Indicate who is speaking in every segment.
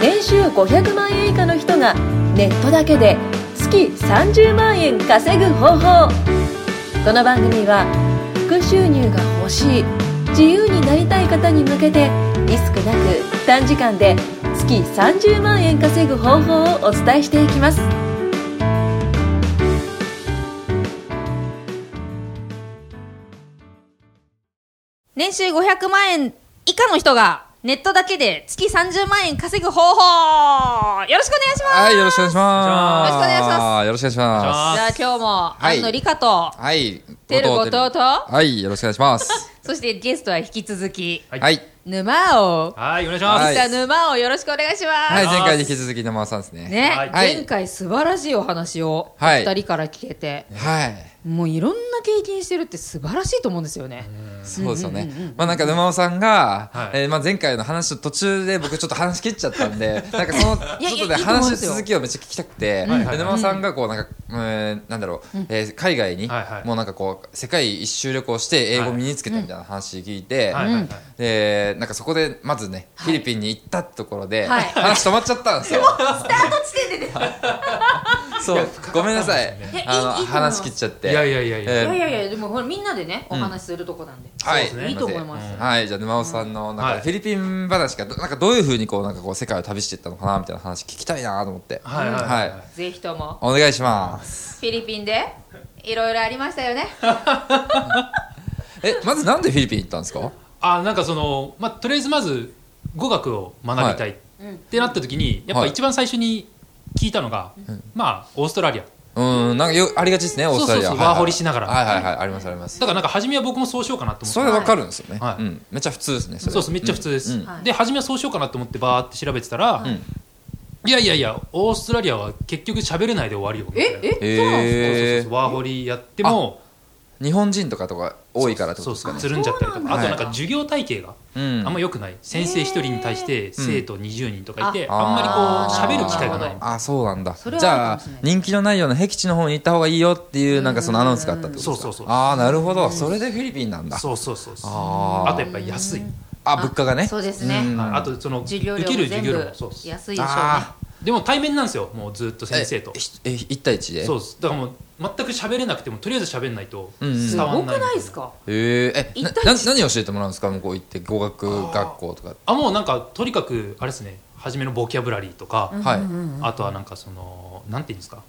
Speaker 1: 年収500万円以下の人がネットだけで月30万円稼ぐ方法この番組は副収入が欲しい自由になりたい方に向けてリスクなく短時間で月30万円稼ぐ方法をお伝えしていきます
Speaker 2: 年収500万円以下の人がネットだけで月30万円稼ぐ方法よろしくお願いします
Speaker 3: はい、よろしくお願いします。よろしくお願いし
Speaker 2: じ
Speaker 3: ま
Speaker 2: ゃあ今日も
Speaker 3: はい
Speaker 2: 安野理香と、
Speaker 3: す。はい、
Speaker 2: てるごとうと
Speaker 3: はい、よろしくお願いします。
Speaker 2: そしてゲストは引き続き
Speaker 4: はい
Speaker 3: はい、
Speaker 2: 沼尾
Speaker 4: はい、お願いします。
Speaker 3: はい
Speaker 2: じゃあ沼尾よろしくお願いします、
Speaker 3: はい、前回に引き続き沼尾さんですね。
Speaker 2: ね、
Speaker 4: はい
Speaker 2: 前回素晴らしいお話をお
Speaker 3: はい
Speaker 2: 二人から聞けて、
Speaker 3: はい、
Speaker 2: もういろんな経験してるって素晴らしいと思うんですよね、
Speaker 3: そうですよね。まあなんか沼尾さんが
Speaker 4: はい、
Speaker 3: えーまあ前回の話の途中で僕ちょっと話し切っちゃったんで、なんかその、
Speaker 2: いやいや
Speaker 3: ち
Speaker 2: いいと思
Speaker 3: ょっとね、
Speaker 2: います
Speaker 3: 話
Speaker 2: よ
Speaker 3: 続きをめっちゃ聞きたくて、
Speaker 4: はいは
Speaker 3: で
Speaker 4: い
Speaker 3: 沼尾さんがこうなんか、うーんなんだろう、えー海外に
Speaker 4: はいは、い
Speaker 3: もうなんかこう、世界一周旅行して英語身につけたみたいな話聞いて、
Speaker 4: はいはいはい
Speaker 3: でなんかそこでまずね、フィリピンに行ったってところで、
Speaker 2: はい
Speaker 3: 話止まっちゃったんですよ。
Speaker 2: スタート地点でです
Speaker 3: そうごめんなさい
Speaker 2: いやいい
Speaker 3: あ
Speaker 2: いいと思い
Speaker 3: の
Speaker 2: ます
Speaker 3: 話し切っちゃって
Speaker 4: いやいやいやいや
Speaker 3: え
Speaker 2: い
Speaker 3: ー
Speaker 2: やいやいやでもほらみんなでねお話しするとこなんで、
Speaker 3: はい
Speaker 4: そうですね
Speaker 2: いいと思います
Speaker 3: うんはいじゃあ沼尾さんのなん
Speaker 4: は
Speaker 3: か
Speaker 4: い
Speaker 3: フィリピン話がどなんかどういうふうにこうなんかこう世界を旅していったのかなみたいな話聞きたいなと思って
Speaker 4: はいはいはい
Speaker 3: はい
Speaker 2: ぜひとも
Speaker 3: お願いします
Speaker 2: フィリピンでいろいろありましたよね
Speaker 3: えまずなんでフィリピン行ったんですか
Speaker 4: あ、なんかその、まあ、とりあえずまず語学を学びたいってなった時に、やっ
Speaker 3: は
Speaker 4: ぱ
Speaker 3: い
Speaker 4: 一番最初に聞いたのが、まあ、オーストラリア。
Speaker 3: うんなんかよありがちですねオーストラリア
Speaker 4: そ
Speaker 3: はい
Speaker 4: うそうそう
Speaker 3: はい
Speaker 4: ワーホリしながら
Speaker 3: はいはいはいありますあります
Speaker 4: だからなんか初めは僕もそうしようかなと思って。
Speaker 3: それわかるんですよね
Speaker 4: は
Speaker 3: う
Speaker 4: い
Speaker 3: んめっちゃ普通ですね
Speaker 4: そうですめっちゃ普通です、
Speaker 3: うん
Speaker 2: うん
Speaker 4: で初めはそうしようかなと思ってバーって調べてたら、
Speaker 3: ん
Speaker 4: いやいやいやオーストラリアは結局喋れないで終わりよみたいな
Speaker 2: ええそうなんですか
Speaker 4: そう
Speaker 3: え
Speaker 4: そうそうワーホリやっても
Speaker 3: 日本人とかとか多いからってこ
Speaker 4: そ
Speaker 3: と
Speaker 4: う
Speaker 3: です
Speaker 4: そ
Speaker 3: か
Speaker 4: う
Speaker 3: ね
Speaker 4: つるんじゃったりと
Speaker 2: そう
Speaker 4: か
Speaker 3: なん
Speaker 4: あ
Speaker 3: だ
Speaker 4: となんか授業体系が
Speaker 3: うん
Speaker 4: あんま良くない先生一人に対して生徒20人とかいて、
Speaker 3: うん
Speaker 4: あんまりこう喋る機会がない
Speaker 3: あそうなんだ
Speaker 2: それ
Speaker 3: じ
Speaker 2: は
Speaker 3: ゃ
Speaker 2: ある
Speaker 3: あ
Speaker 2: かもしれない
Speaker 3: 人気のないような僻地の方に行った方がいいよっていうなんかそのアナウンスがあったってことですか
Speaker 4: そうそうそう
Speaker 3: ああなるほどそれでフィリピンなんだ
Speaker 4: そうそうそうそう
Speaker 3: あー
Speaker 4: あとやっぱり安い、
Speaker 3: あ物価がね
Speaker 2: そうですね
Speaker 3: ん
Speaker 4: ああとその受
Speaker 2: 授
Speaker 4: け
Speaker 2: 業料も
Speaker 4: る授
Speaker 2: 全
Speaker 4: 業料
Speaker 2: 部
Speaker 4: もそうです
Speaker 2: 安いでしょうね
Speaker 3: あ
Speaker 4: でも対面なんですよもうずっと
Speaker 3: ー
Speaker 4: 先生と
Speaker 3: えひえ一対一で
Speaker 4: そうですだからもう全く喋れなくてもとりあえず喋んないと
Speaker 3: んうん
Speaker 4: 伝
Speaker 2: す
Speaker 4: わ
Speaker 2: ご
Speaker 4: ん
Speaker 2: く
Speaker 4: ない,、
Speaker 2: ないですか
Speaker 3: へええな
Speaker 2: 一対
Speaker 3: な
Speaker 2: 一
Speaker 3: 何教えてもらうんですか向こう行って語学学校とか
Speaker 4: あもうなんかとにかくあれですね初めのボキャブラリーとか、
Speaker 3: はい
Speaker 4: あとはなんかそのなんていうんですか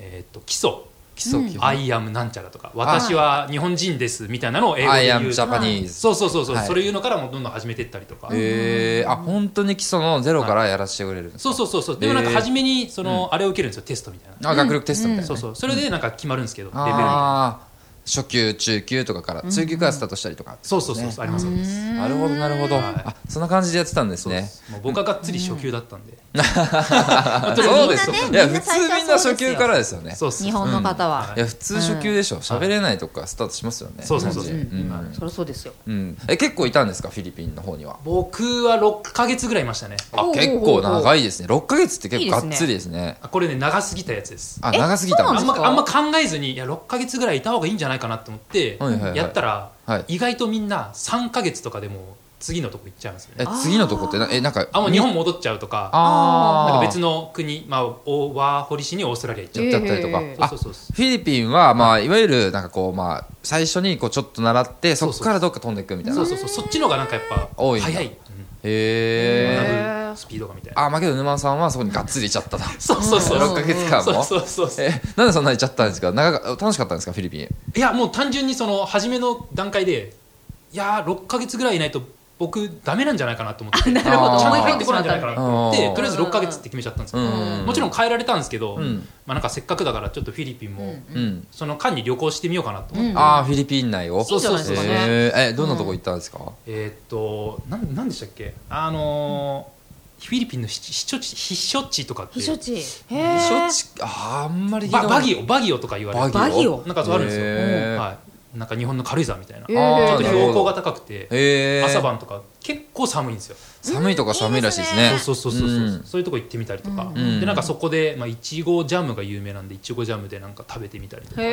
Speaker 4: えーっと基礎
Speaker 3: 基礎基
Speaker 4: 「
Speaker 3: 本
Speaker 4: I am なんちゃら」とか「私は日本人です」みたいなのを英語で
Speaker 3: I
Speaker 4: 言
Speaker 3: am
Speaker 4: う
Speaker 3: Japanese
Speaker 4: そうそうそうそう、
Speaker 3: はい
Speaker 4: それいうのからもどんどん始めていったりとか、
Speaker 3: へえあ本当に基礎のゼロからやらせてくれるんです
Speaker 4: そう
Speaker 3: か
Speaker 4: そうそうそうでもなんか初めにその、あれを受けるんですよテストみたいな、
Speaker 3: あ学力テストみたいなね
Speaker 4: そうそうそれでなんか決まるんですけど、レベルが
Speaker 3: ああ初級中級とかから中級からスタートしたりとか
Speaker 4: そうそうそうそう、ありますあります
Speaker 3: なるほどなるほど
Speaker 4: はい
Speaker 3: あそんな感じでやってたんです
Speaker 4: そうで
Speaker 3: ね
Speaker 4: すもう僕はがっつり初級だったんで、
Speaker 3: そうですよ
Speaker 2: みんなね
Speaker 3: いや
Speaker 2: みん
Speaker 3: 普
Speaker 2: な最初
Speaker 3: 通
Speaker 2: は
Speaker 3: みんな
Speaker 2: そうで
Speaker 3: 初
Speaker 2: すよ
Speaker 3: 級からですよね
Speaker 4: そうそう
Speaker 2: 日本の方は、
Speaker 3: いや普通初級でしょ喋れないとこからスタートしますよね
Speaker 4: そうそうそうそう、
Speaker 2: うんそりゃそうですよ
Speaker 3: うんえ結構いたんですかフィリピンの方には
Speaker 4: 僕は6か月ぐらいいましたね
Speaker 3: あ
Speaker 2: おうおうおう
Speaker 3: 結構長いですね6ヶ月って
Speaker 2: いいで
Speaker 3: 結構
Speaker 2: す
Speaker 3: が
Speaker 2: ね
Speaker 3: っつりですね
Speaker 4: あこれね長すぎたやつです
Speaker 3: あ
Speaker 2: え
Speaker 3: 長すぎた
Speaker 2: そうな
Speaker 3: な
Speaker 4: あ
Speaker 2: ん
Speaker 4: ん
Speaker 2: です
Speaker 4: ま
Speaker 2: か
Speaker 4: あんま考えずにいや6か月ぐらいいた方がいいんじゃないかなと思って、
Speaker 3: はいはいはい
Speaker 4: やったら、
Speaker 3: はい
Speaker 4: 意外とみんな3か月とかでもう次のとこ行っちゃいますよね
Speaker 3: え次のとこってなえなんか
Speaker 4: あもう日本戻っちゃうとか
Speaker 3: あ
Speaker 4: な
Speaker 3: ー
Speaker 4: んか別の国、まあ、おワーホリ市にオーストラリア行っちゃ
Speaker 3: 行
Speaker 4: っ
Speaker 3: っち
Speaker 4: た
Speaker 3: ゃったりとか
Speaker 2: え
Speaker 4: り、
Speaker 3: あ
Speaker 4: そうそうそう
Speaker 3: フィリピンはまあいわゆるなんかこうまあ最初にこうちょっと習ってそこからどっか飛んでいくみたい
Speaker 4: そ
Speaker 3: な
Speaker 4: うそうそうそっちの方がなんかやっぱ
Speaker 3: 多いんだ
Speaker 4: 早い、うん
Speaker 3: へえ
Speaker 4: 学ぶスピードがみたいな
Speaker 3: あまあけど沼尾さんはそこにがっつりいっちゃったな
Speaker 4: そうそうそう
Speaker 3: 6ヶ月間
Speaker 4: そう
Speaker 3: も
Speaker 4: そうそうそう
Speaker 3: えなんでそんなにいっちゃったんですか長か楽しかったんですかフィリピン
Speaker 4: いやもう単純にその初めの段階でいやー6か月ぐらいいないと僕ダメなんじゃないかなと思って
Speaker 2: な
Speaker 3: るほど
Speaker 4: ちゃんと入ってこないんじゃないかなと思っ
Speaker 3: あー
Speaker 4: てとりあえず6か月って決めちゃったんですよ、
Speaker 3: うん
Speaker 4: もちろん変えられたんですけど、
Speaker 3: ん
Speaker 4: まあ、なんかせっかくだからちょっとフィリピンも、
Speaker 3: うん
Speaker 4: その間に旅行してみようかなと思って、
Speaker 3: ああフィリピン内を
Speaker 4: そうそうそう
Speaker 3: へーえどんなとこ行ったんですか、
Speaker 4: えーっとなんなんでしたっけあのーフィリピンの避暑地避暑地とかって
Speaker 2: 避暑地へ
Speaker 3: 避
Speaker 2: え
Speaker 3: 暑地あーあんまり
Speaker 4: ババギ
Speaker 3: オ
Speaker 4: オバギオとか言われて
Speaker 2: バギオ
Speaker 4: なんかそうあるんですよ、
Speaker 3: へー
Speaker 4: はい、なんか日本の軽井沢みたいな、
Speaker 2: え
Speaker 4: ち
Speaker 3: あー
Speaker 4: ょっと
Speaker 3: なるほ
Speaker 4: 標高
Speaker 3: ど
Speaker 4: が高くて、
Speaker 3: へー
Speaker 4: 朝晩とか結構寒いんですよ、
Speaker 3: 寒いとか寒いらしいですね
Speaker 4: そうそうそうそうそう、
Speaker 3: うん
Speaker 4: そういうとこ行ってみたりとか、
Speaker 3: ん
Speaker 4: でなんかそこで、まあ、いちごジャムが有名なんでいちごジャムでなんか食べてみたりとか
Speaker 2: へ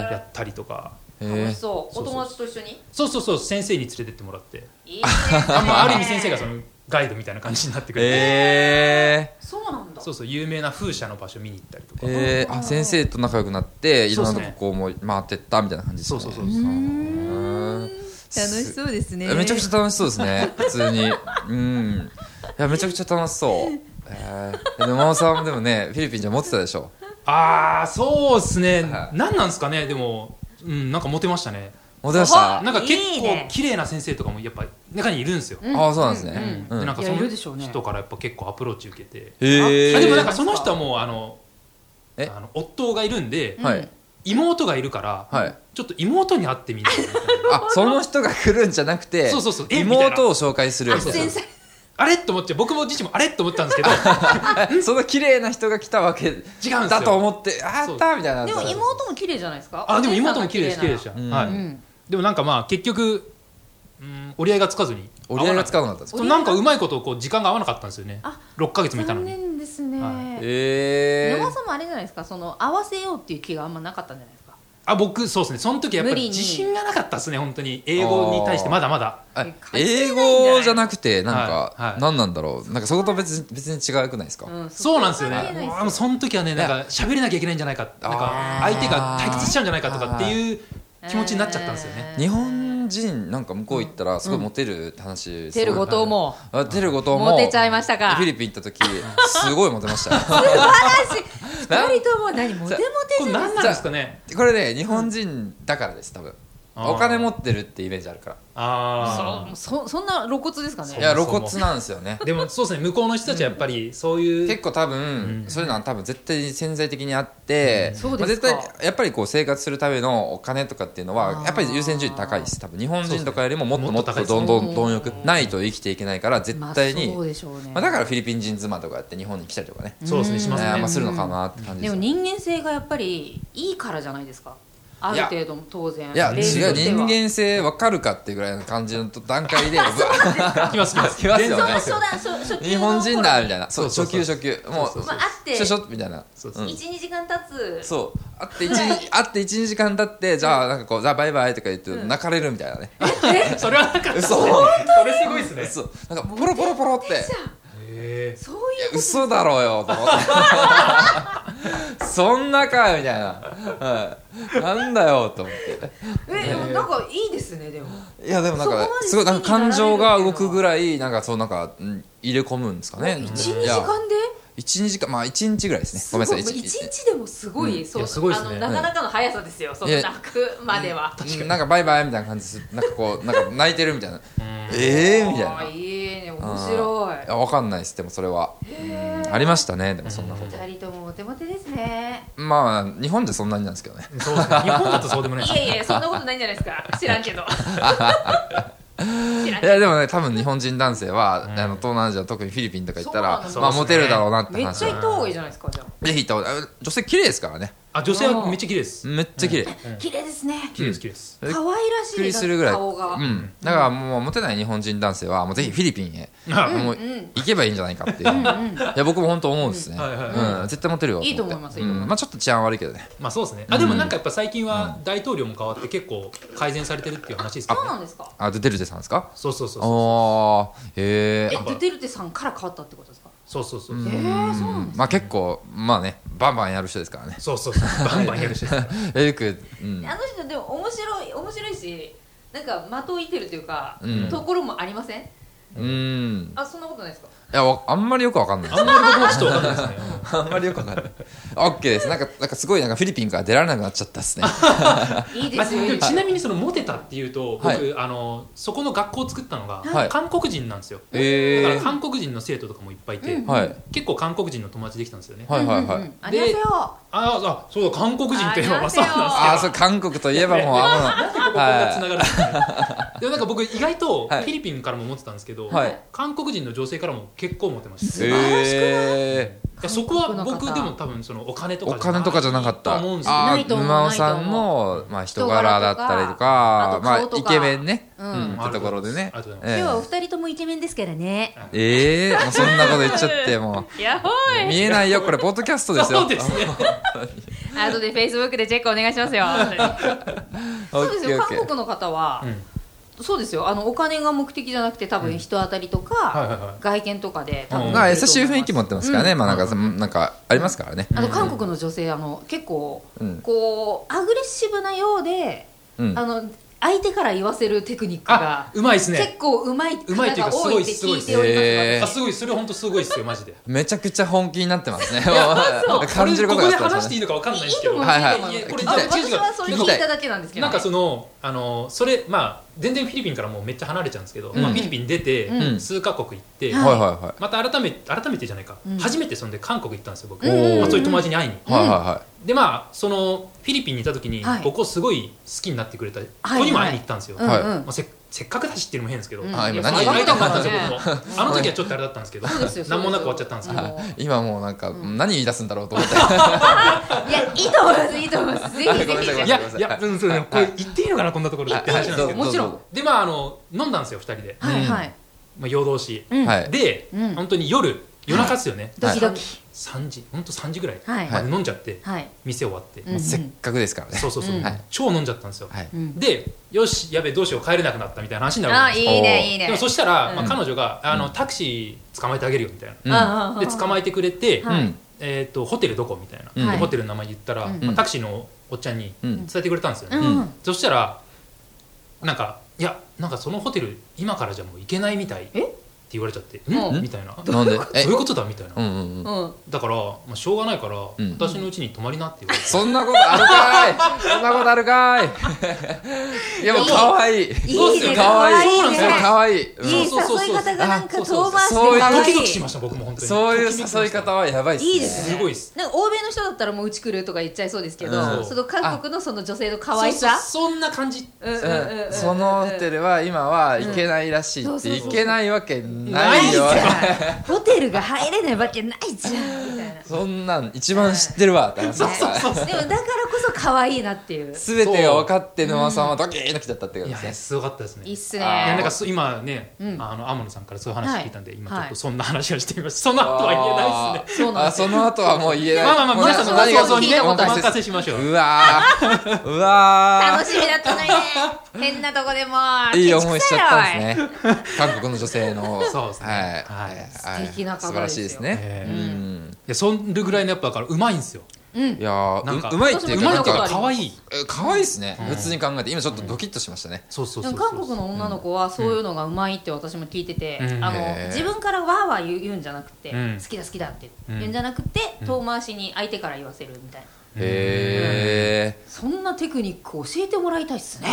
Speaker 2: え
Speaker 3: へ
Speaker 4: やったりとか
Speaker 3: え
Speaker 2: 楽し
Speaker 3: へ
Speaker 2: そう
Speaker 4: そ
Speaker 2: お
Speaker 4: うそう
Speaker 2: 友達と一緒に
Speaker 4: そうそうそう先生に連れてってもらって
Speaker 2: いいね
Speaker 4: あんまある意味先生がそのガイドみたいな感じになってくる、
Speaker 3: ええ
Speaker 2: そうなんだ
Speaker 4: そうそう有名な風車の場所見に行ったりとか、
Speaker 3: えー、あ先生と仲良くなっていろんなと
Speaker 4: そうっすね
Speaker 3: ここうもう回ってったみたいな感じですね
Speaker 4: そうそうそう
Speaker 3: う
Speaker 4: そ
Speaker 3: ん
Speaker 5: 楽しそうですね。
Speaker 3: めちゃくちゃ楽しそうですね普通にうんいやめちゃくちゃ楽しそうえー、でも真央さんでもねフィリピンじゃ持ってたでしょ
Speaker 4: ああそうですね、
Speaker 3: は
Speaker 4: なんなんですかねでもうんなんかモテましたね
Speaker 3: 持ってまし
Speaker 2: あ
Speaker 3: た
Speaker 4: なんか結
Speaker 2: いいね
Speaker 4: 構綺麗な先生とかもやっぱ中にいるんですよ、
Speaker 3: ああそうなんですね、うん
Speaker 4: でなんか
Speaker 5: い
Speaker 4: そ
Speaker 5: やいるでしょ
Speaker 4: の
Speaker 5: うね
Speaker 4: 人からやっぱ結構アプローチ受けて、
Speaker 3: ええ
Speaker 4: あでもなんかその人はもうあの
Speaker 3: え
Speaker 4: あの夫がいるんで、
Speaker 3: はい
Speaker 4: 妹がいるから、
Speaker 3: はい
Speaker 4: ちょっと妹に会ってみるみたいな
Speaker 3: あその人が来るんじゃなくて
Speaker 4: そうそうそうえみたいな
Speaker 3: 妹を紹介するみたい
Speaker 4: あ
Speaker 3: な
Speaker 4: あれと思って僕も自身もあれと思ったん ですけど
Speaker 3: えその綺麗な人が来たわけ
Speaker 4: 違うんですよ
Speaker 3: だと思ってああったみたいな
Speaker 2: でも妹も綺麗じゃないですか
Speaker 4: あでも妹も綺麗です綺麗でし
Speaker 2: ょ
Speaker 4: た、
Speaker 3: ん
Speaker 4: は
Speaker 3: う
Speaker 4: い、
Speaker 5: うん
Speaker 4: でもなんかまあ結局、うん、折り合いがつかずに
Speaker 3: 折り合いがつかなかったんですか
Speaker 4: そうなんかうまいことこう時間が合わなかったんですよね
Speaker 2: あ
Speaker 4: 6か月もいたの
Speaker 2: 残
Speaker 4: に
Speaker 2: 念ですね、
Speaker 4: は
Speaker 3: ええ
Speaker 2: 山尾さんもあれじゃないですかその合わせようっていう気があんまなかったんじゃないですか
Speaker 4: あ僕そうですねその時やっぱ
Speaker 2: 無理
Speaker 4: り
Speaker 2: に
Speaker 4: 自信がなかったですね本当に英語に対してまだまだ
Speaker 3: あ
Speaker 2: 関係ない
Speaker 3: 英
Speaker 2: んじゃない
Speaker 3: 語じゃなくてなんか、
Speaker 4: はいはい
Speaker 3: 何なんだろうなんかそこと別に別に違くないですか、
Speaker 2: ん
Speaker 4: そうなんですよね
Speaker 2: 関係ないです
Speaker 4: あもうその時はねなんか喋れなきゃいけないんじゃないかなんか相手が退屈しちゃうんじゃないかとかっていう気持ちになっちゃったんですよね、
Speaker 2: えー
Speaker 3: 日本人なんか向こう行ったらすごいモテるって話です
Speaker 2: テ
Speaker 3: よね
Speaker 2: ル後藤も
Speaker 3: あテル後藤も
Speaker 2: モテちゃいましたか
Speaker 3: フィリピン行った時すごいモテました な
Speaker 2: 二人とも何モテモテ
Speaker 4: こ
Speaker 2: じ
Speaker 4: れ
Speaker 2: ゃない
Speaker 4: 何なんですかね
Speaker 3: これね日本人だからです多分
Speaker 4: あー
Speaker 3: お金持ってるってイメージあるか
Speaker 4: あ
Speaker 2: そそそんな露骨ですかね
Speaker 3: らい
Speaker 4: そ
Speaker 3: や
Speaker 4: も
Speaker 3: 露
Speaker 4: も
Speaker 3: 骨なんですよね
Speaker 4: あでもそうですね向こうの人たちはやっぱりそういう、
Speaker 3: 結構多分、
Speaker 4: うん
Speaker 3: そういうのは多分絶対に潜在的にあって、
Speaker 2: んそう
Speaker 3: まあ
Speaker 2: です
Speaker 3: 絶
Speaker 2: か
Speaker 3: 対やっぱりこう生活するためのお金とかっていうの
Speaker 2: あ
Speaker 3: は
Speaker 2: ー
Speaker 3: やっぱり優先順位高いです多分日本人とかよりももっともっ
Speaker 4: もっと高い
Speaker 3: と
Speaker 4: です
Speaker 3: どんど
Speaker 2: うんん
Speaker 3: 貪欲ないと生きていけないから絶対
Speaker 2: まあ、
Speaker 3: に、ま
Speaker 2: そ
Speaker 3: あ
Speaker 2: うでしょうね、
Speaker 3: だからフィリピン人妻とかやって日本に来たりとかね、
Speaker 4: そうですねし
Speaker 3: え
Speaker 4: ますね、
Speaker 3: ーまあ、するのかなって感じで
Speaker 2: ですも
Speaker 3: よ
Speaker 2: 人間性がやっぱりいいからじゃないですかある程度も当然
Speaker 3: いや
Speaker 2: レベ
Speaker 3: 違
Speaker 2: ル
Speaker 3: う
Speaker 2: としては
Speaker 3: 人間性わかるかっていうぐらいの感じの段階 で
Speaker 4: 来ます来ます
Speaker 3: 来ますよね
Speaker 4: 全然来ま
Speaker 2: 初
Speaker 4: すよ
Speaker 2: 段初初級の頃
Speaker 3: 日本人だみたいなそう
Speaker 4: そう
Speaker 3: 初
Speaker 4: そう
Speaker 3: 級
Speaker 4: そ
Speaker 3: 初級もう
Speaker 2: まあ、あって
Speaker 3: しょしょみたいな
Speaker 4: そうそう
Speaker 3: うん
Speaker 2: 12時間経つ
Speaker 3: そう会って1会って一二時間経ってじゃあなんかこう「じゃあバイバイ」とか言って泣かれるみたいなね
Speaker 4: それはなかったですね
Speaker 3: 嘘
Speaker 4: それすごいですね
Speaker 3: そうなんかポロポロポロっていや
Speaker 4: へ
Speaker 2: そういう
Speaker 3: 嘘だろうよと思って そんなかよみたいな、はいなんだよと思って
Speaker 2: えでもなんかいいですねでも
Speaker 3: いやでもなん
Speaker 2: そ
Speaker 3: か
Speaker 2: こまです
Speaker 3: ごいなんか
Speaker 2: 好きになられるっ
Speaker 3: 感
Speaker 2: ていうの
Speaker 3: 情
Speaker 2: は
Speaker 3: が動くぐらいなんかそうなんかうん入れ込むんですかね
Speaker 2: 12
Speaker 3: い
Speaker 2: 時
Speaker 3: や
Speaker 2: 間で
Speaker 3: 一二時間まあ一日ぐらいですね
Speaker 2: す
Speaker 3: ごめんなさい
Speaker 2: ごい
Speaker 3: 一
Speaker 2: 一日でもすごい、そう
Speaker 4: いやすごいですね
Speaker 2: あのなかなかの速さですよ、その
Speaker 3: いや
Speaker 2: 泣くまでは、
Speaker 3: うんなんかバイバイみたいな感じすなんかこうなんか泣いてるみたいな
Speaker 4: ー
Speaker 3: ええみたい
Speaker 2: あ
Speaker 3: な
Speaker 2: ーいいね面白
Speaker 3: あわかんないですでもそれはありましたねでもそんなこと
Speaker 2: い二人ともモテモテですね
Speaker 3: まあ日本でそんなになんですけどね
Speaker 4: ーそうですね日本だとそうでもないです
Speaker 2: いやいやそんなことないんじゃないです か知らんけど知らんけど
Speaker 3: いやでもね多分日本人男性は、あの東南アジア特にフィリピンとか行ったら、
Speaker 2: そう
Speaker 3: ま
Speaker 4: なん
Speaker 3: あ
Speaker 4: です
Speaker 3: モテるだろうなって
Speaker 2: めっ
Speaker 3: 話
Speaker 2: ちゃ行
Speaker 3: は
Speaker 2: った方がいいじゃないですかじゃ
Speaker 3: ぜひ行った方が女性綺麗ですからね
Speaker 4: あ女性はめっちゃ綺麗です
Speaker 3: めっちゃ綺麗、
Speaker 2: あ綺麗ですね
Speaker 4: 綺麗です綺麗です
Speaker 2: 可愛らし
Speaker 3: びっく
Speaker 2: い
Speaker 3: りするぐらい
Speaker 2: 顔が、
Speaker 3: うん、だからもうモテない日本人男性はもうぜひフィリピンへ、
Speaker 4: あ
Speaker 3: もう行けばいいんじゃないかっていう、いや僕も本当思うんですね、
Speaker 4: はいはい
Speaker 3: うん絶対モテるよ
Speaker 2: いいと思いますいいと思います
Speaker 3: うんまあちょっと治安悪いけどね
Speaker 4: まあそうですねあでもなんかやっぱ最近は大統領も変わって結構改善されてるっていう話ですけ
Speaker 2: そ
Speaker 4: ど
Speaker 2: う
Speaker 4: ね
Speaker 2: なんですか
Speaker 3: あでデルテさんですか
Speaker 4: そうそうそうそう
Speaker 3: ああ
Speaker 2: え
Speaker 3: へえ
Speaker 4: やっぱ
Speaker 2: ドゥテルテさんから変わったってことですか
Speaker 4: そうそうそう
Speaker 2: ええー、そうなんですか
Speaker 3: まあ結構まあねバンバンやる人ですからね
Speaker 4: そうそうそうバンバンやるしです
Speaker 3: よく、うん、
Speaker 2: あの人でも面白い面白いしなんか的を射てるというか、
Speaker 3: うん
Speaker 2: ところもありません
Speaker 3: うん
Speaker 2: あそんなことないですか
Speaker 3: いやわあんまりよくわかんないです
Speaker 4: あんまり僕もちょっとわかんないですね
Speaker 3: あんまりよくわかん ない。オッケーです。なんか、なんかすごいなんかフィリピンから出られなくなっちゃったですね。
Speaker 2: いいで
Speaker 4: ますあ
Speaker 2: よいい
Speaker 4: で
Speaker 2: です
Speaker 4: も
Speaker 2: よ
Speaker 4: ちなみにそのモテたっていうと僕、
Speaker 3: はい
Speaker 4: あのそこの学校を作ったの
Speaker 3: は
Speaker 4: が
Speaker 3: い
Speaker 4: 韓国人なんですよ、
Speaker 3: え
Speaker 4: だ
Speaker 3: え
Speaker 4: から韓国人の生徒とかもいっぱいいて、
Speaker 3: はい。
Speaker 4: 結構韓国人の友達できたんですよね、
Speaker 3: はいはいは
Speaker 2: うんう
Speaker 3: い
Speaker 2: ん。ありがとう
Speaker 4: あーあそうだ韓国人といえばまあそうなんです
Speaker 3: ああ、そう、韓国といえばもう、あ
Speaker 4: けどここがつながるんですね、 でもなんか僕意外とフ
Speaker 3: はい
Speaker 4: ィリピンからも持ってたんですけど、
Speaker 3: はい
Speaker 4: 韓国人の女性からも結構持ってました、
Speaker 3: の、
Speaker 4: い
Speaker 3: ええ
Speaker 4: やそこは
Speaker 2: 韓国
Speaker 4: 僕
Speaker 2: の方
Speaker 4: でも多分そのお金とか
Speaker 3: お金とかじゃなかっ
Speaker 4: と
Speaker 3: た。
Speaker 4: 思うんですよ
Speaker 3: あ
Speaker 2: な
Speaker 3: あ
Speaker 2: いと思う
Speaker 3: 沼尾さんの、まあ、人柄だったり
Speaker 2: 人柄と
Speaker 3: とか
Speaker 2: か、
Speaker 3: まあ、
Speaker 2: あと顔と
Speaker 3: イ
Speaker 2: か
Speaker 3: ケメンね。
Speaker 2: う
Speaker 3: うんん、ってところでね
Speaker 4: ありがとうござい。
Speaker 2: 今
Speaker 3: え
Speaker 4: ま
Speaker 2: 日
Speaker 3: え
Speaker 2: はお二人ともイケメンですからね
Speaker 3: ええもうそんなこと言っちゃっ て、も
Speaker 2: やほ
Speaker 3: う。見えないよ、これ、ポッドキャストですよ。
Speaker 4: そうですね
Speaker 2: あとでフェイスブックでチェックお願いしますよ
Speaker 3: オ
Speaker 2: そうで
Speaker 3: ッ
Speaker 2: す
Speaker 3: ケー
Speaker 2: よ
Speaker 3: オッケ
Speaker 2: 韓
Speaker 3: ー。
Speaker 2: 国の方は、
Speaker 4: うん
Speaker 2: そうですよあのお金が目的じゃなくて多分人当たりと
Speaker 4: はいはいは
Speaker 2: か外見とかで多分
Speaker 3: まあ、優しい雰囲気持ってますからね、
Speaker 2: うん
Speaker 3: まあなんかなんかありますからね、
Speaker 2: あと韓国の女性あの結構
Speaker 3: うん
Speaker 2: こうアグレッシブなようで
Speaker 3: うん
Speaker 2: あの相手から言わせるテクニック
Speaker 4: あ
Speaker 2: が
Speaker 4: うまいですね
Speaker 2: 結構うまい方
Speaker 4: うまいっていう
Speaker 2: が
Speaker 4: か
Speaker 2: 多いって
Speaker 4: すご
Speaker 2: 聞
Speaker 4: い
Speaker 2: い
Speaker 4: す
Speaker 2: て
Speaker 4: ご
Speaker 2: お
Speaker 3: い
Speaker 2: ります
Speaker 3: へー
Speaker 4: あすごいそれ本当すごいっすよマジで
Speaker 3: めちゃくちゃ本気になってますね
Speaker 4: こ
Speaker 3: 感
Speaker 4: れ
Speaker 3: じる
Speaker 4: こ
Speaker 3: ことが伝わっ
Speaker 4: こで
Speaker 3: てます
Speaker 4: 話していいのかわかんな
Speaker 2: い
Speaker 4: いん
Speaker 2: い
Speaker 4: ですけ
Speaker 2: と思
Speaker 4: ど
Speaker 2: う、
Speaker 3: はいはい
Speaker 2: いいと思う
Speaker 3: いや
Speaker 2: これ
Speaker 3: 聞きたい
Speaker 2: 私はそれ聞いただけなんですけど
Speaker 4: なんかそのあのそれまあ全然フィリピンからもうめっちゃ離れちゃうんですけど、
Speaker 3: うん
Speaker 4: まあ、フィリピン出て、
Speaker 3: うん
Speaker 4: 数カ国行って、
Speaker 2: はい
Speaker 3: はいはいは
Speaker 4: また改め改めてじゃないか、
Speaker 2: うん
Speaker 4: 初めてそんで韓国行ったんですよ僕、
Speaker 2: うんうんうん
Speaker 4: まあ、そういう友達に会いに、
Speaker 3: いはいは
Speaker 4: でまあそのフィリピンにいた時に、
Speaker 2: はい
Speaker 4: 僕をすごい好きになってくれた
Speaker 2: い
Speaker 4: 子にも会いに行ったんですよ、
Speaker 2: うんうん
Speaker 4: まあ、せせっかくだしっていうのも変ですけど、
Speaker 2: うん
Speaker 3: あ今
Speaker 4: いや
Speaker 3: 何
Speaker 4: 会いたかったんですよ、
Speaker 2: そう
Speaker 4: 僕もあの時はちょっとあれだったんですけど
Speaker 2: そうですよ
Speaker 4: 何もなく終わっちゃったんですけど、
Speaker 2: もう
Speaker 3: い今もうなんか、
Speaker 2: ん
Speaker 3: 何言い出すんだろうと 思って
Speaker 2: いや、いいと思います、いいと思います。ぜひぜ
Speaker 3: ごめんなさいごめんなさ
Speaker 2: ひ。
Speaker 4: いやいや、うん、そうね、これ言っていいのかなこんなところでって話なんですけど
Speaker 2: もちろん
Speaker 3: どうぞ
Speaker 4: でまああの飲んだんですよ二人で、
Speaker 2: はいはい。
Speaker 4: まあ、夜通し、
Speaker 2: うん
Speaker 3: はい
Speaker 4: で、
Speaker 2: うん
Speaker 4: 本当に夜夜中っすよね、
Speaker 2: ドキドキ。
Speaker 4: 3時本当3時ぐらい
Speaker 2: はい
Speaker 4: まで飲んじゃって、
Speaker 2: はい。
Speaker 4: 店終わって、
Speaker 2: うん
Speaker 3: せっかくですからね
Speaker 4: そうそうそう、
Speaker 2: うん
Speaker 3: はい
Speaker 4: 超飲んじゃったんですよ、
Speaker 3: はい
Speaker 2: うん
Speaker 4: でよしやべどうしよう帰れなくなったみたいな話になるじゃ
Speaker 2: あ
Speaker 4: な
Speaker 2: ー、
Speaker 4: い
Speaker 2: い
Speaker 4: ですか
Speaker 2: いね、いいね。
Speaker 4: でもそしたら、ま
Speaker 2: う
Speaker 4: あ、
Speaker 2: ん
Speaker 4: 彼女があのタクシー捕まえてあげるよみたいな、
Speaker 3: うん
Speaker 2: ああ
Speaker 4: で捕まえてくれて、
Speaker 2: はい
Speaker 3: うん
Speaker 4: えー、とホテルどこみたいな、
Speaker 3: うん
Speaker 4: でホテルの名前言ったら、
Speaker 2: うん
Speaker 4: まあタクシーのおっちゃんに
Speaker 3: う
Speaker 4: 伝
Speaker 3: ん
Speaker 4: えてくれたんですよね、
Speaker 2: うん
Speaker 3: う
Speaker 2: うん
Speaker 3: ん。
Speaker 4: そしたらなんか「いやなんかそのホテル今からじゃもう行けないみたい」って言われちゃって「
Speaker 2: うん
Speaker 4: んみたいな「ど
Speaker 3: なんで
Speaker 4: う
Speaker 3: え
Speaker 4: いうことだ?」みたいな、
Speaker 3: うんうんうん
Speaker 2: うん。
Speaker 4: だから、まあ、しょうがないから、
Speaker 3: ん
Speaker 4: 私のうちに泊まりなって言われて。
Speaker 3: そんなことあるかいそんなことあ るかいいやもう可愛い
Speaker 2: いいね、
Speaker 3: 可愛い
Speaker 2: い
Speaker 4: そうなんですよ
Speaker 2: ね。
Speaker 3: 可愛いうん
Speaker 2: いい
Speaker 4: そうそうそうそう
Speaker 2: 誘い方がなんか
Speaker 4: あそ
Speaker 2: 遠
Speaker 4: うそう
Speaker 2: 回しで
Speaker 3: そういう
Speaker 2: 可愛
Speaker 4: ド
Speaker 2: い
Speaker 4: キドキしました僕も本当に
Speaker 3: そういう誘い方はやばいっすね
Speaker 2: いいですね。
Speaker 4: すごいっす
Speaker 2: なんか欧米の人だったらもううち来るとか言っちゃいそうですけ
Speaker 3: う
Speaker 2: ど、
Speaker 4: ん
Speaker 2: その韓国のその女性の可愛さ。
Speaker 4: そうそうそんな感じ
Speaker 2: うんうんうんうんうん
Speaker 3: そのホテルは今は行けないらしい
Speaker 2: うん
Speaker 3: っ
Speaker 2: そうそう
Speaker 3: て
Speaker 2: そう
Speaker 3: 行けないわけ
Speaker 2: な
Speaker 3: ないい
Speaker 2: じ
Speaker 3: よ
Speaker 2: ゃん。ホテルが入れないわけないじゃん。みたいな。
Speaker 3: そんなん一番知ってるわって話
Speaker 2: ねでもだからこそ可愛いなっていう。
Speaker 3: 全てが分かって沼さんはドキーンと来ちゃったってことで
Speaker 4: いや
Speaker 3: すね
Speaker 4: すごかったですね
Speaker 2: いいっす
Speaker 4: いや
Speaker 2: ね
Speaker 4: なん。かそう今ね、
Speaker 2: うん
Speaker 4: あの天野さんからそういう話聞いたんで、
Speaker 2: はい
Speaker 4: 今ちょっとそんな話をしてみました、そんなことは言えないですね
Speaker 2: そうなん
Speaker 3: あ
Speaker 2: ですよ
Speaker 3: その後はもう言えない
Speaker 4: まあまあまあ
Speaker 3: もう
Speaker 4: 皆さん
Speaker 2: そ
Speaker 4: も
Speaker 2: う
Speaker 4: 何
Speaker 2: そうそ
Speaker 4: が
Speaker 2: う
Speaker 4: そうにね
Speaker 2: 聞い
Speaker 4: お
Speaker 2: たことあります
Speaker 4: 任せしましょう
Speaker 3: うわ ーうわ
Speaker 2: 楽しみだったのにね変なとこでもう
Speaker 3: ーいい思いしちゃったん
Speaker 2: ケチくさいわおい
Speaker 3: ですね韓国の女性の
Speaker 4: そうですね
Speaker 3: は
Speaker 4: はいい
Speaker 3: はい
Speaker 2: 素敵な
Speaker 3: 素
Speaker 2: 方
Speaker 3: 晴らしいですね
Speaker 4: え
Speaker 3: う
Speaker 4: え
Speaker 3: ん
Speaker 4: いやそんるぐらいのやっぱだからうまいんですよ
Speaker 3: いやー
Speaker 4: なんか
Speaker 3: ううまいっていう
Speaker 4: う
Speaker 3: か
Speaker 4: まい
Speaker 3: な
Speaker 4: と
Speaker 3: ん
Speaker 4: か
Speaker 3: か
Speaker 4: 可愛い
Speaker 3: え可愛いですね
Speaker 4: うん
Speaker 3: 普通に考えて今ちょっとドキッとしましたね
Speaker 4: そうそう
Speaker 2: で
Speaker 4: そう
Speaker 2: も
Speaker 4: そう
Speaker 2: 韓国の女の子はそういうのがうまいって私も聞いてて、
Speaker 4: うん
Speaker 2: あの
Speaker 3: へー
Speaker 2: 自分からわーわー言う言うんじゃなくて、
Speaker 4: うん
Speaker 2: 好きだ好きだって
Speaker 4: うん
Speaker 2: 言うんじゃなくて、
Speaker 4: うん
Speaker 2: 遠回しに相手から言わせるみたいな
Speaker 3: へ
Speaker 2: そんなテクニックを教えてもらいたいっすね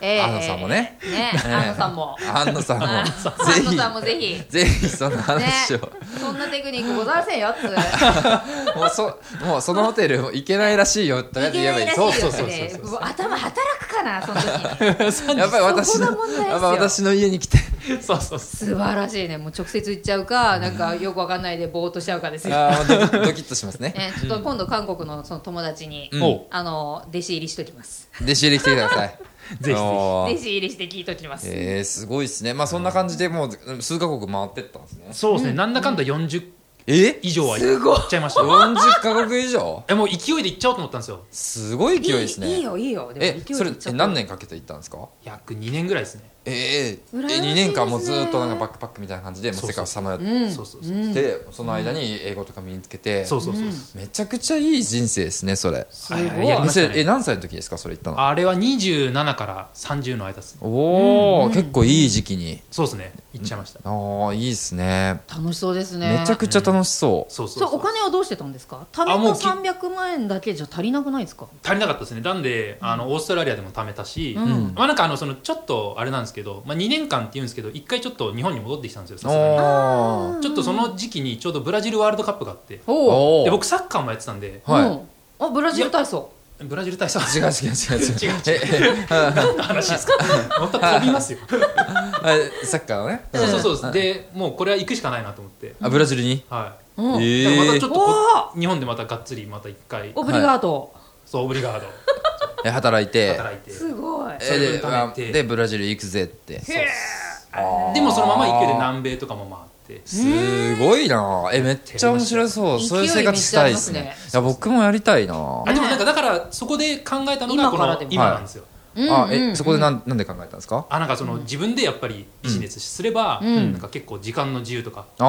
Speaker 2: え
Speaker 3: え安野さんもね
Speaker 2: ね
Speaker 3: え
Speaker 2: 安野さんも
Speaker 3: 安野さんも
Speaker 2: 安
Speaker 3: ぜ
Speaker 2: 野
Speaker 3: ひ
Speaker 2: さんもぜひ
Speaker 3: ぜひその話を、
Speaker 2: そんなテクニックございませんよっつ
Speaker 3: もうそもうそのホテルも行けないらしいよとかって言えばいい
Speaker 2: いけ
Speaker 3: そ
Speaker 2: な
Speaker 3: う
Speaker 2: いらしい
Speaker 3: そう
Speaker 2: よ
Speaker 4: そうそう
Speaker 2: ね
Speaker 4: そうそう
Speaker 2: うわ頭働くかなその時に
Speaker 3: やっぱり私の
Speaker 2: そこが問題ですよ
Speaker 3: やっぱ私の家 に来て
Speaker 4: そうそうそう
Speaker 2: 素晴らしいねもう直接言っちゃうかなんかよくわかんないでぼーっとしちゃうかですよ、
Speaker 3: あードキドキッとしますね
Speaker 2: ね、ちょっと今度韓国のその友達に、
Speaker 3: うん
Speaker 4: お
Speaker 2: あの弟子入りしときます
Speaker 3: 弟子入り来てくだ さい
Speaker 4: ひぜひ
Speaker 3: おー
Speaker 2: 弟子入りして聞いときます、
Speaker 3: えー、すごいですねまあそんな感じでもう数カ国回ってったんですね
Speaker 4: そうですね、なんだかんだ40
Speaker 3: え
Speaker 4: 以上は行っちゃいましたよ
Speaker 3: 40カ国以上
Speaker 4: えもう勢いで行っちゃおうと思ったんですよ
Speaker 3: すごい勢いですね
Speaker 2: いいいいよいいよでも勢
Speaker 3: え
Speaker 2: いで
Speaker 3: それ
Speaker 2: 行っちゃ
Speaker 3: え
Speaker 2: った
Speaker 3: 何年かけて行ったんですか
Speaker 4: 約2年ぐらいですね、
Speaker 3: え
Speaker 2: 羨
Speaker 3: ー、え
Speaker 2: ましいですね
Speaker 3: 2年間もうずっとなんかバックパックみたいな感じでもう世界をさまよって
Speaker 2: うん
Speaker 4: そうそうそう、
Speaker 3: でその間に英語とか身につけて
Speaker 4: そうそうそうそう、
Speaker 3: めちゃくちゃいい人生ですねそれ
Speaker 2: ごい
Speaker 4: ははやりました
Speaker 3: え
Speaker 4: ね
Speaker 3: 何歳の時ですかそれ言ったの
Speaker 4: あれは27から30の間ですね
Speaker 3: おお、結構いい時期に
Speaker 4: そうですね行っちゃいました、
Speaker 3: ああいいですね
Speaker 2: 楽しそうですね
Speaker 3: めちゃくちゃ楽しそう、
Speaker 4: そうそう
Speaker 2: そ
Speaker 4: そうう
Speaker 2: お金はどうしてたんですか貯め
Speaker 4: あもう
Speaker 2: た
Speaker 4: き
Speaker 2: 300万円だけじゃ足りなくないですか
Speaker 4: 足りなかったですねなんであのオーストラリアでも貯めたし、
Speaker 2: うん
Speaker 4: まあなんかあのそのちょっとあれなんですけど、まあ、2年間っていうんですけど1回ちょっと日本に戻ってきたんですよさすがに
Speaker 3: お
Speaker 4: ちょっとその時期にちょうどブラジルワールドカップがあって
Speaker 3: お
Speaker 2: お
Speaker 3: お
Speaker 4: で
Speaker 3: ー
Speaker 4: 僕サッカーもやってたんで
Speaker 2: お、
Speaker 3: はい
Speaker 2: うんあブラジル体操
Speaker 4: ブラジル体操
Speaker 3: 違う違う違う違うええ
Speaker 4: 何の話 ですかまた飛びますよ
Speaker 3: あサッカーのね
Speaker 4: そうそうそうですでもうこれは行くしかないなと思って
Speaker 3: あブラジルに
Speaker 4: は
Speaker 2: うん
Speaker 3: え
Speaker 4: い、
Speaker 3: ー
Speaker 4: だからまたちょっとこ
Speaker 2: お
Speaker 4: 日本でまたがっつりまた1回
Speaker 2: オブリガート、
Speaker 4: そうオブリガード
Speaker 3: え働いて
Speaker 4: 働いて
Speaker 2: すごい
Speaker 3: えで
Speaker 4: それ分貯めて
Speaker 3: あでブラジル行くぜって
Speaker 4: でもそのまま勢いで南米とかも回って
Speaker 3: すごいなえめっちゃ面白そう
Speaker 2: 勢い
Speaker 3: そういう生活したいです
Speaker 2: め
Speaker 3: ね
Speaker 2: っちゃあります
Speaker 3: いや僕もやりたいな
Speaker 4: あでもなんかだからそこで考えたの
Speaker 2: 今
Speaker 4: がこ
Speaker 2: から
Speaker 4: の
Speaker 2: でも
Speaker 4: 今なんですよ、
Speaker 2: うん
Speaker 3: あ
Speaker 2: うんう
Speaker 3: え
Speaker 2: ん
Speaker 3: そこでなんなんで考えたんですか
Speaker 4: あなんかその自分でやっぱりビジネスすれば、
Speaker 2: うん
Speaker 4: なんか結構時間の自由とか、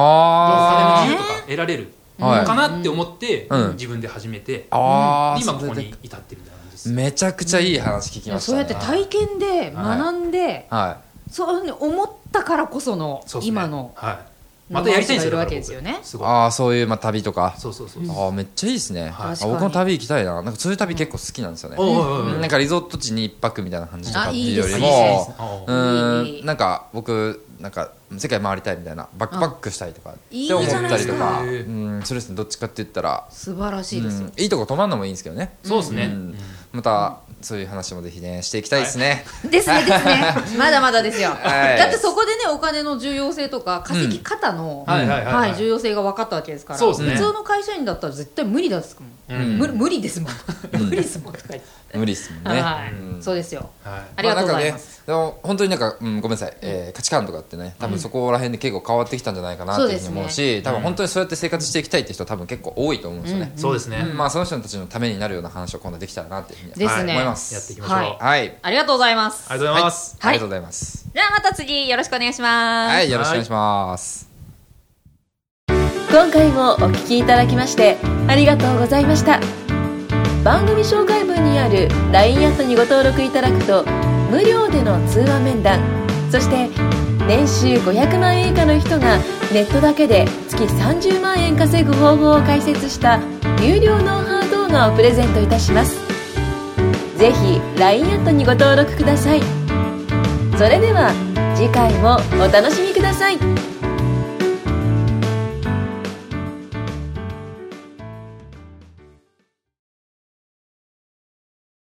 Speaker 3: あー
Speaker 4: お金の自由とか得られるの
Speaker 3: はい
Speaker 4: かなって思って、
Speaker 3: うん
Speaker 4: 自分で始めて、
Speaker 3: あー
Speaker 4: 今ここ
Speaker 3: それ
Speaker 4: に
Speaker 3: で
Speaker 4: 至ってるみたいな感じです、
Speaker 3: めちゃくちゃいい話聞き
Speaker 2: い
Speaker 3: ま
Speaker 2: や
Speaker 3: した
Speaker 2: そう
Speaker 3: ね
Speaker 2: やって体験で学んで、
Speaker 3: は
Speaker 2: そういうふうに思ったからこその
Speaker 4: そうっすね
Speaker 2: 今の
Speaker 4: はいまたやりたいんです
Speaker 2: 生々しさがい
Speaker 4: よだから
Speaker 2: るわけですよね
Speaker 4: 僕す
Speaker 3: い
Speaker 4: ごい
Speaker 3: ああそういうまあ旅とか
Speaker 4: そうそうそうそう
Speaker 3: ああめっちゃいいですね、
Speaker 4: はい
Speaker 3: あ
Speaker 2: 確かに
Speaker 3: 僕も旅行きたいななんかそういう旅結構好きなんですよね、
Speaker 4: おうおうおう
Speaker 3: なんかリゾート地に一泊みたいな感じとか
Speaker 5: あ
Speaker 3: って
Speaker 5: い
Speaker 3: い
Speaker 5: いうで
Speaker 3: よ
Speaker 5: す
Speaker 3: り
Speaker 5: いい
Speaker 3: もう
Speaker 2: ねいいい
Speaker 3: ー
Speaker 2: い
Speaker 3: んなんか僕なんか世界回りたいみたいなバックパックしたいとかって思っ
Speaker 2: いいじゃな
Speaker 3: た
Speaker 2: いで
Speaker 3: り
Speaker 2: す
Speaker 3: と
Speaker 2: か
Speaker 3: かうんするですねどっちかって言ったら
Speaker 2: 素晴らしいですよ、
Speaker 3: うんいいとこ泊まるのもいいんですけどね
Speaker 4: そうですね、
Speaker 3: うん
Speaker 4: うん
Speaker 3: またそういう話もぜひねしていきたいですね、
Speaker 2: ですねですねまだまだですよ、
Speaker 3: はい
Speaker 2: だってそこでねお金の重要性とか稼ぎ方の、
Speaker 4: うんはいはいはいはい
Speaker 2: 重要性が分かったわけですから
Speaker 4: そうですね
Speaker 2: 普通の会社員だったら絶対無理ですもん、
Speaker 4: うん
Speaker 2: 無無理ですもん無理ですもんとか言って、
Speaker 3: 無理ですもん ね、
Speaker 2: はい、
Speaker 3: うん
Speaker 2: そうですよ
Speaker 4: はい
Speaker 2: ありがとうございます、
Speaker 3: あなんかね、でも本当になんか、うん、ごめんなさい、えー価値観とかってね多分そこら辺で結構変わってきたんじゃないかなっていうふうに思う
Speaker 2: そう
Speaker 3: し多分本当にそうやって生活していきたいって人多分結構多いと思うんですよね、
Speaker 4: そうですね、
Speaker 3: まあその人たちのためになるような話を今度できたらなっていうふうに
Speaker 2: ですね
Speaker 3: 思います
Speaker 4: やっていきましょう、
Speaker 2: はい
Speaker 4: あ
Speaker 3: はい、はい
Speaker 2: ありがとうございます
Speaker 4: りがとうございます、
Speaker 3: ありがとうございます
Speaker 2: じゃあまた次よろしくお願いします、
Speaker 3: はい、よろしくお願いします
Speaker 1: 今回もお聞きいただきましてありがとうございました番組紹介文にある LINE アットにご登録いただくと無料での通話面談そして年収500万円以下の人がネットだけで月30万円稼ぐ方法を解説した有料ノウハウ動画をプレゼントいたしますぜひ LINE アットにご登録くださいそれでは次回もお楽しみください